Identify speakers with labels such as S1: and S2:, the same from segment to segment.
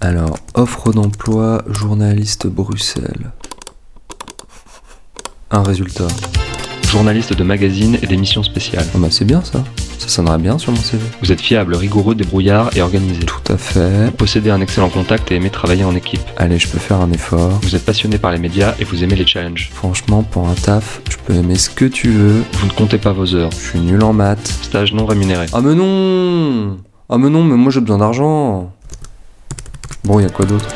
S1: Alors, offre d'emploi, journaliste Bruxelles. Un résultat.
S2: journaliste de magazines et d'émissions spéciales.
S1: Oh bah c'est bien ça. Ça sonnerait bien sur mon CV.
S2: Vous êtes fiable, rigoureux, débrouillard et organisé.
S1: Tout à fait.
S2: Vous possédez un excellent contact et aimez travailler en équipe.
S1: Allez, je peux faire un effort.
S2: Vous êtes passionné par les médias et vous aimez les challenges.
S1: Franchement, pour un taf, je peux aimer ce que tu veux.
S2: Vous ne comptez pas vos heures.
S1: Je suis nul en maths.
S2: Stage non rémunéré.
S1: Ah mais non Ah mais non, mais moi j'ai besoin d'argent. Bon, y a quoi d'autre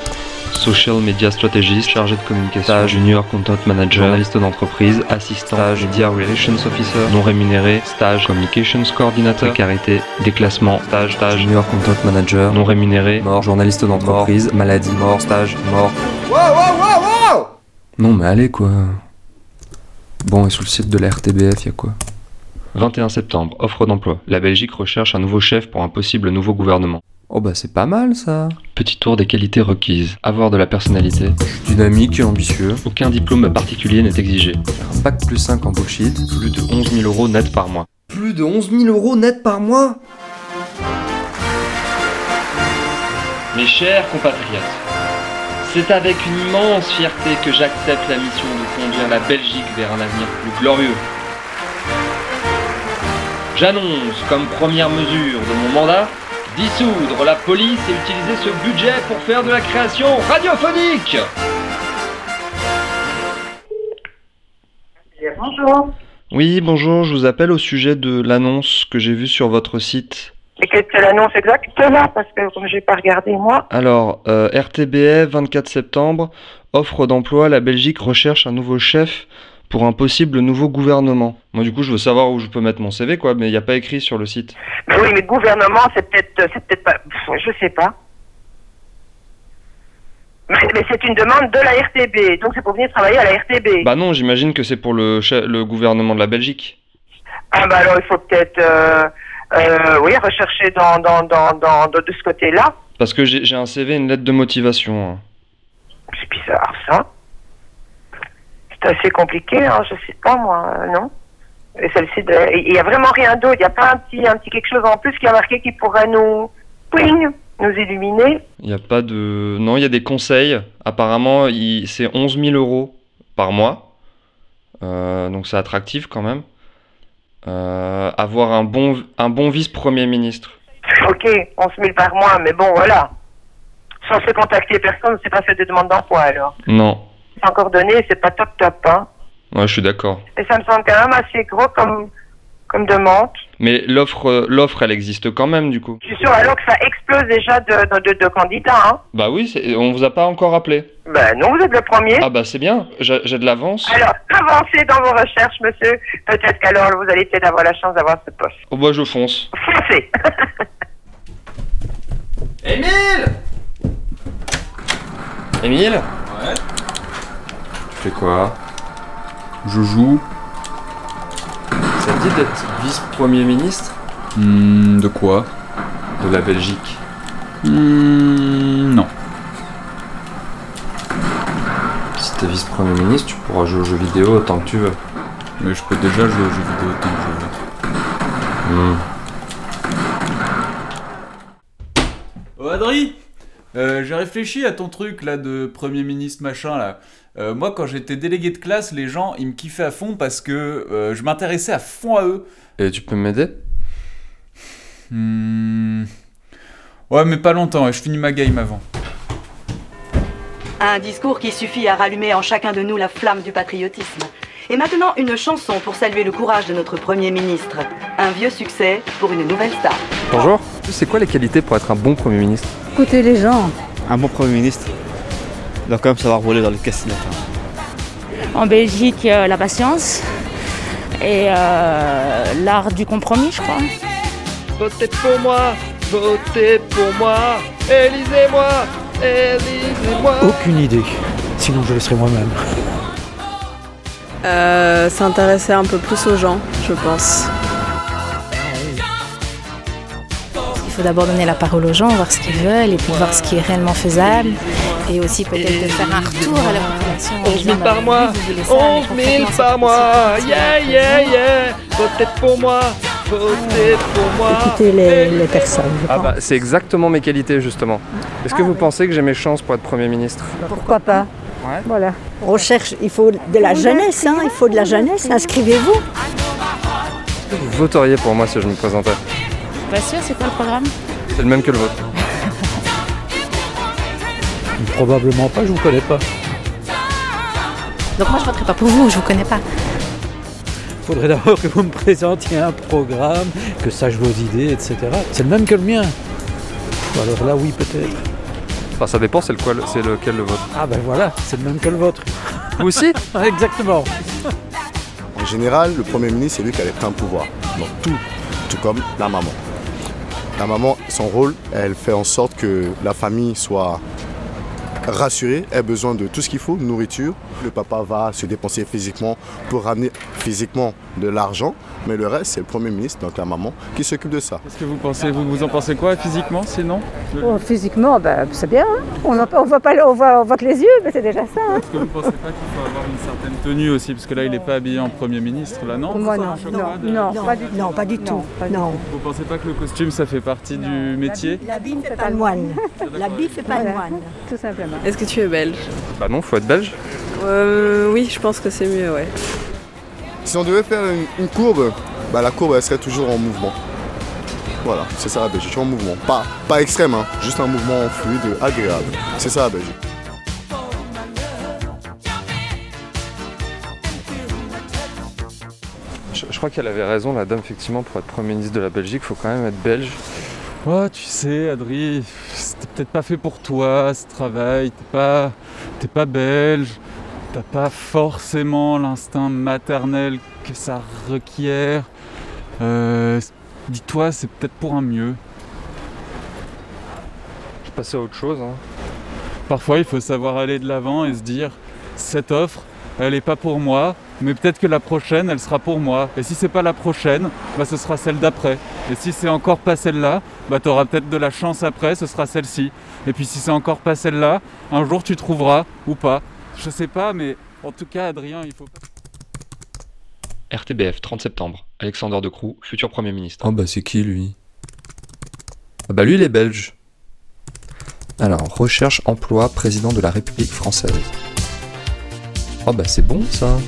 S2: Social media strategist, chargé de communication. Stage junior content manager. Journaliste d'entreprise. Assistant. Stage media relations officer. Non rémunéré. Stage communications coordinateur. Précarité. Déclassement. Stage, stage.
S1: Junior content manager.
S2: Non rémunéré.
S1: Mort. Journaliste d'entreprise. Maladie. Mort. Stage. Mort. Non mais allez quoi. Bon, et sur le site de la RTBF, y a quoi
S2: 21 septembre. Offre d'emploi. La Belgique recherche un nouveau chef pour un possible nouveau gouvernement.
S1: Oh bah c'est pas mal ça.
S2: Petit tour des qualités requises. Avoir de la personnalité.
S1: Dynamique et ambitieux.
S2: Aucun diplôme particulier n'est exigé.
S1: Un bac plus 5 en bullshit.
S2: Plus de 11 000 euros net par mois.
S1: Plus de 11 000 euros net par mois
S3: Mes chers compatriotes, c'est avec une immense fierté que j'accepte la mission de conduire la Belgique vers un avenir plus glorieux. J'annonce comme première mesure de mon mandat dissoudre la police et utiliser ce budget pour faire de la création radiophonique.
S4: Bien, Bonjour.
S2: Oui, bonjour, je vous appelle au sujet de l'annonce que j'ai vue sur votre site.
S4: Et quelle est l'annonce exacte là Parce que comme j'ai pas regardé moi,
S2: Alors, euh, RTBF, 24 septembre, offre d'emploi, la Belgique recherche un nouveau chef pour un possible nouveau gouvernement. Moi, du coup, je veux savoir où je peux mettre mon CV, quoi, mais il n'y a pas écrit sur le site.
S4: bah oui, mais le gouvernement, c'est peut-être, euh, c'est peut-être pas, pff, je sais pas. Mais, mais c'est une demande de la RTB, donc c'est pour venir travailler à la RTB.
S2: Bah non, j'imagine que c'est pour le, che- le gouvernement de la Belgique.
S4: Ah bah alors il faut peut-être, euh, euh, oui, rechercher dans, dans, dans, dans, de, de ce côté-là.
S2: Parce que j'ai j'ai un CV, une lettre de motivation. hein.
S4: C'est bizarre ça. C'est assez compliqué, hein, je sais pas moi, euh, non Et celle-ci, de- il n'y a vraiment rien d'autre, il n'y a pas un petit, un petit quelque chose en plus qui a marqué qui pourrait nous, poing, nous illuminer.
S2: Il n'y a pas de... Non, il y a des conseils. Apparemment, il- c'est 11 000 euros par mois. Euh, donc c'est attractif quand même. Euh, avoir un bon, un bon vice-premier ministre.
S4: Ok, 11 000 par mois, mais bon, voilà. Sans se contacter personne, c'est pas fait de demande d'emploi alors.
S2: Non,
S4: C'est encore donné, c'est pas top top, hein.
S2: ouais, je suis d'accord.
S4: Et ça me semble quand même assez gros comme, comme demande.
S2: Mais l'offre, euh, l'offre, elle existe quand même, du coup.
S4: Je suis sûre alors que ça explose déjà de, de, de- de candidats, hein.
S2: Bah oui, c'est- on vous a pas encore appelé.
S4: Ben non, vous êtes le premier.
S2: Ah bah c'est bien, j'a- j'ai de l'avance.
S4: Alors, avancez dans vos recherches, monsieur. Peut-être qu'alors vous allez peut-être avoir la chance d'avoir ce poste.
S2: Oh bah je fonce.
S4: Foncez
S3: Émile
S2: Émile
S3: Ouais
S2: Tu fais quoi
S1: Je joue.
S2: Ça te dit d'être vice-premier ministre
S5: Hmm, de quoi
S2: de la Belgique
S5: Hmm, Non.
S1: Si t'es vice-premier ministre, tu pourras jouer aux jeux vidéo autant que tu veux.
S5: Mais je peux déjà jouer aux jeux vidéo tant que je veux.
S6: Oh Adri Euh, J'ai réfléchi à ton truc là de Premier ministre machin là. Euh, moi quand j'étais délégué de classe, les gens ils me kiffaient à fond parce que euh, je m'intéressais à fond à eux.
S1: Et tu peux m'aider
S6: Hmm. Ouais mais pas longtemps, et je finis ma game avant.
S7: Un discours qui suffit à rallumer en chacun de nous la flamme du patriotisme. Et maintenant, une chanson pour saluer le courage de notre Premier ministre. Un vieux succès pour une nouvelle star.
S1: Bonjour. Tu sais quoi les qualités pour être un bon premier ministre
S8: Écoutez les gens.
S9: Un bon Premier ministre doit quand même savoir voler dans les castagnettes.
S8: En Belgique, euh, la patience et euh, l'art du compromis, je crois.
S3: Votez pour moi Votez pour moi Élisez-moi Élisez-moi
S2: Oh.
S9: Aucune idée, sinon je le serai moi-même.
S10: Euh,
S8: S'intéresser un peu plus aux gens, je pense.
S11: Il faut d'abord donner la parole aux gens, voir ce qu'ils veulent et puis voir ce qui est réellement faisable. Et aussi peut-être de faire un retour à la population. en
S3: 11 000
S11: disant,
S3: par
S11: bah,
S3: mois
S11: oui, vous voulez ça, mais
S3: 11 000 par
S11: concrètement, c'est pas
S3: mois
S11: possible.
S3: Yeah, yeah, yeah Votez pour moi beauté pour moi.
S12: Écoutez les, les personnes, je Ah
S2: Ah
S12: pense.
S2: bah, c'est exactement mes qualités justement. Est-ce que vous pensez que j'ai mes chances pour être Premier ministre
S12: Pourquoi pas Voilà. On cherche, il faut de la jeunesse, hein, il faut de la jeunesse, inscrivez-vous.
S2: Est-ce que Vous voteriez pour moi si je me présentais
S8: Pas sûr, c'est quoi le programme
S2: C'est le même que le vôtre.
S13: Probablement pas, je vous connais pas.
S11: Donc moi je voterai pas pour vous, je vous connais pas.
S13: Faudrait d'abord que vous me présentiez un programme, que je sache vos idées, etc. C'est le même que le mien. Ou Alors là, oui, peut-être.
S2: Enfin, ça dépend, c'est lequel, c'est lequel le vôtre.
S13: Ah ben voilà, c'est le même que le vôtre.
S2: Vous aussi
S13: Exactement.
S14: En général, le Premier ministre, c'est lui qui a les pleins pouvoirs dans tout, tout comme la maman. La maman, son rôle, elle fait en sorte que la famille soit rassurée, ait besoin de tout ce qu'il faut, nourriture. Le papa va se dépenser physiquement pour ramener physiquement de l'argent, mais le reste, c'est le Premier ministre, donc la maman, qui s'occupe de ça.
S6: Qu'est-ce que vous pensez vous, vous en pensez quoi physiquement sinon Le-
S12: Oh, physiquement, bah, c'est bien. hein. On, en- on voit pas, le- on, voit, on voit que les yeux, mais c'est déjà ça. hein.
S6: Est-ce que vous pensez pas qu'il faut avoir une certaine tenue aussi Parce que là, il n'est pas habillé en Premier ministre, là, non
S12: Moi, non, non, non, pas du tout. Non, pas du tout. Non.
S6: euh, Vous pensez pas que le costume, ça fait partie du métier
S12: La bille fait pas le moine. La bille fait pas le moine. Tout simplement.
S10: Est-ce que tu es belge
S2: Bah non, faut être belge.
S10: Oui, je pense que c'est mieux, ouais.
S14: Si on devait faire une, une courbe, bah, la courbe, elle serait toujours en mouvement. Voilà, c'est ça la Belgique, en mouvement. Pas, pas extrême, hein, juste un mouvement fluide, agréable. C'est ça la Belgique.
S2: Je, je crois qu'elle avait raison, la dame, effectivement, pour être Premier ministre de la Belgique, faut quand même être belge.
S6: Oh, tu sais, Adri, c'était peut-être pas fait pour toi, ce travail. T'es pas, t'es pas belge. T'as pas forcément l'instinct maternel que ça requiert. Euh, dis-toi, c'est peut-être pour un mieux.
S2: Je passais à autre chose. hein.
S6: Parfois, il faut savoir aller de l'avant et se dire cette offre, elle n'est pas pour moi, mais peut-être que la prochaine, elle sera pour moi. Et si c'est pas la prochaine, bah, ce sera celle d'après. Et si c'est encore pas celle-là, bah, tu auras peut-être de la chance après, ce sera celle-ci. Et puis si c'est encore pas celle-là, un jour tu trouveras ou pas. Je sais pas, mais en tout cas, Adrien, il faut pas.
S2: RTBF, 30 septembre. Alexander De Croo, futur Premier ministre.
S1: Oh bah c'est qui lui Ah bah lui il est belge. Alors, recherche emploi président de la République française. Oh Ah bah c'est bon ça.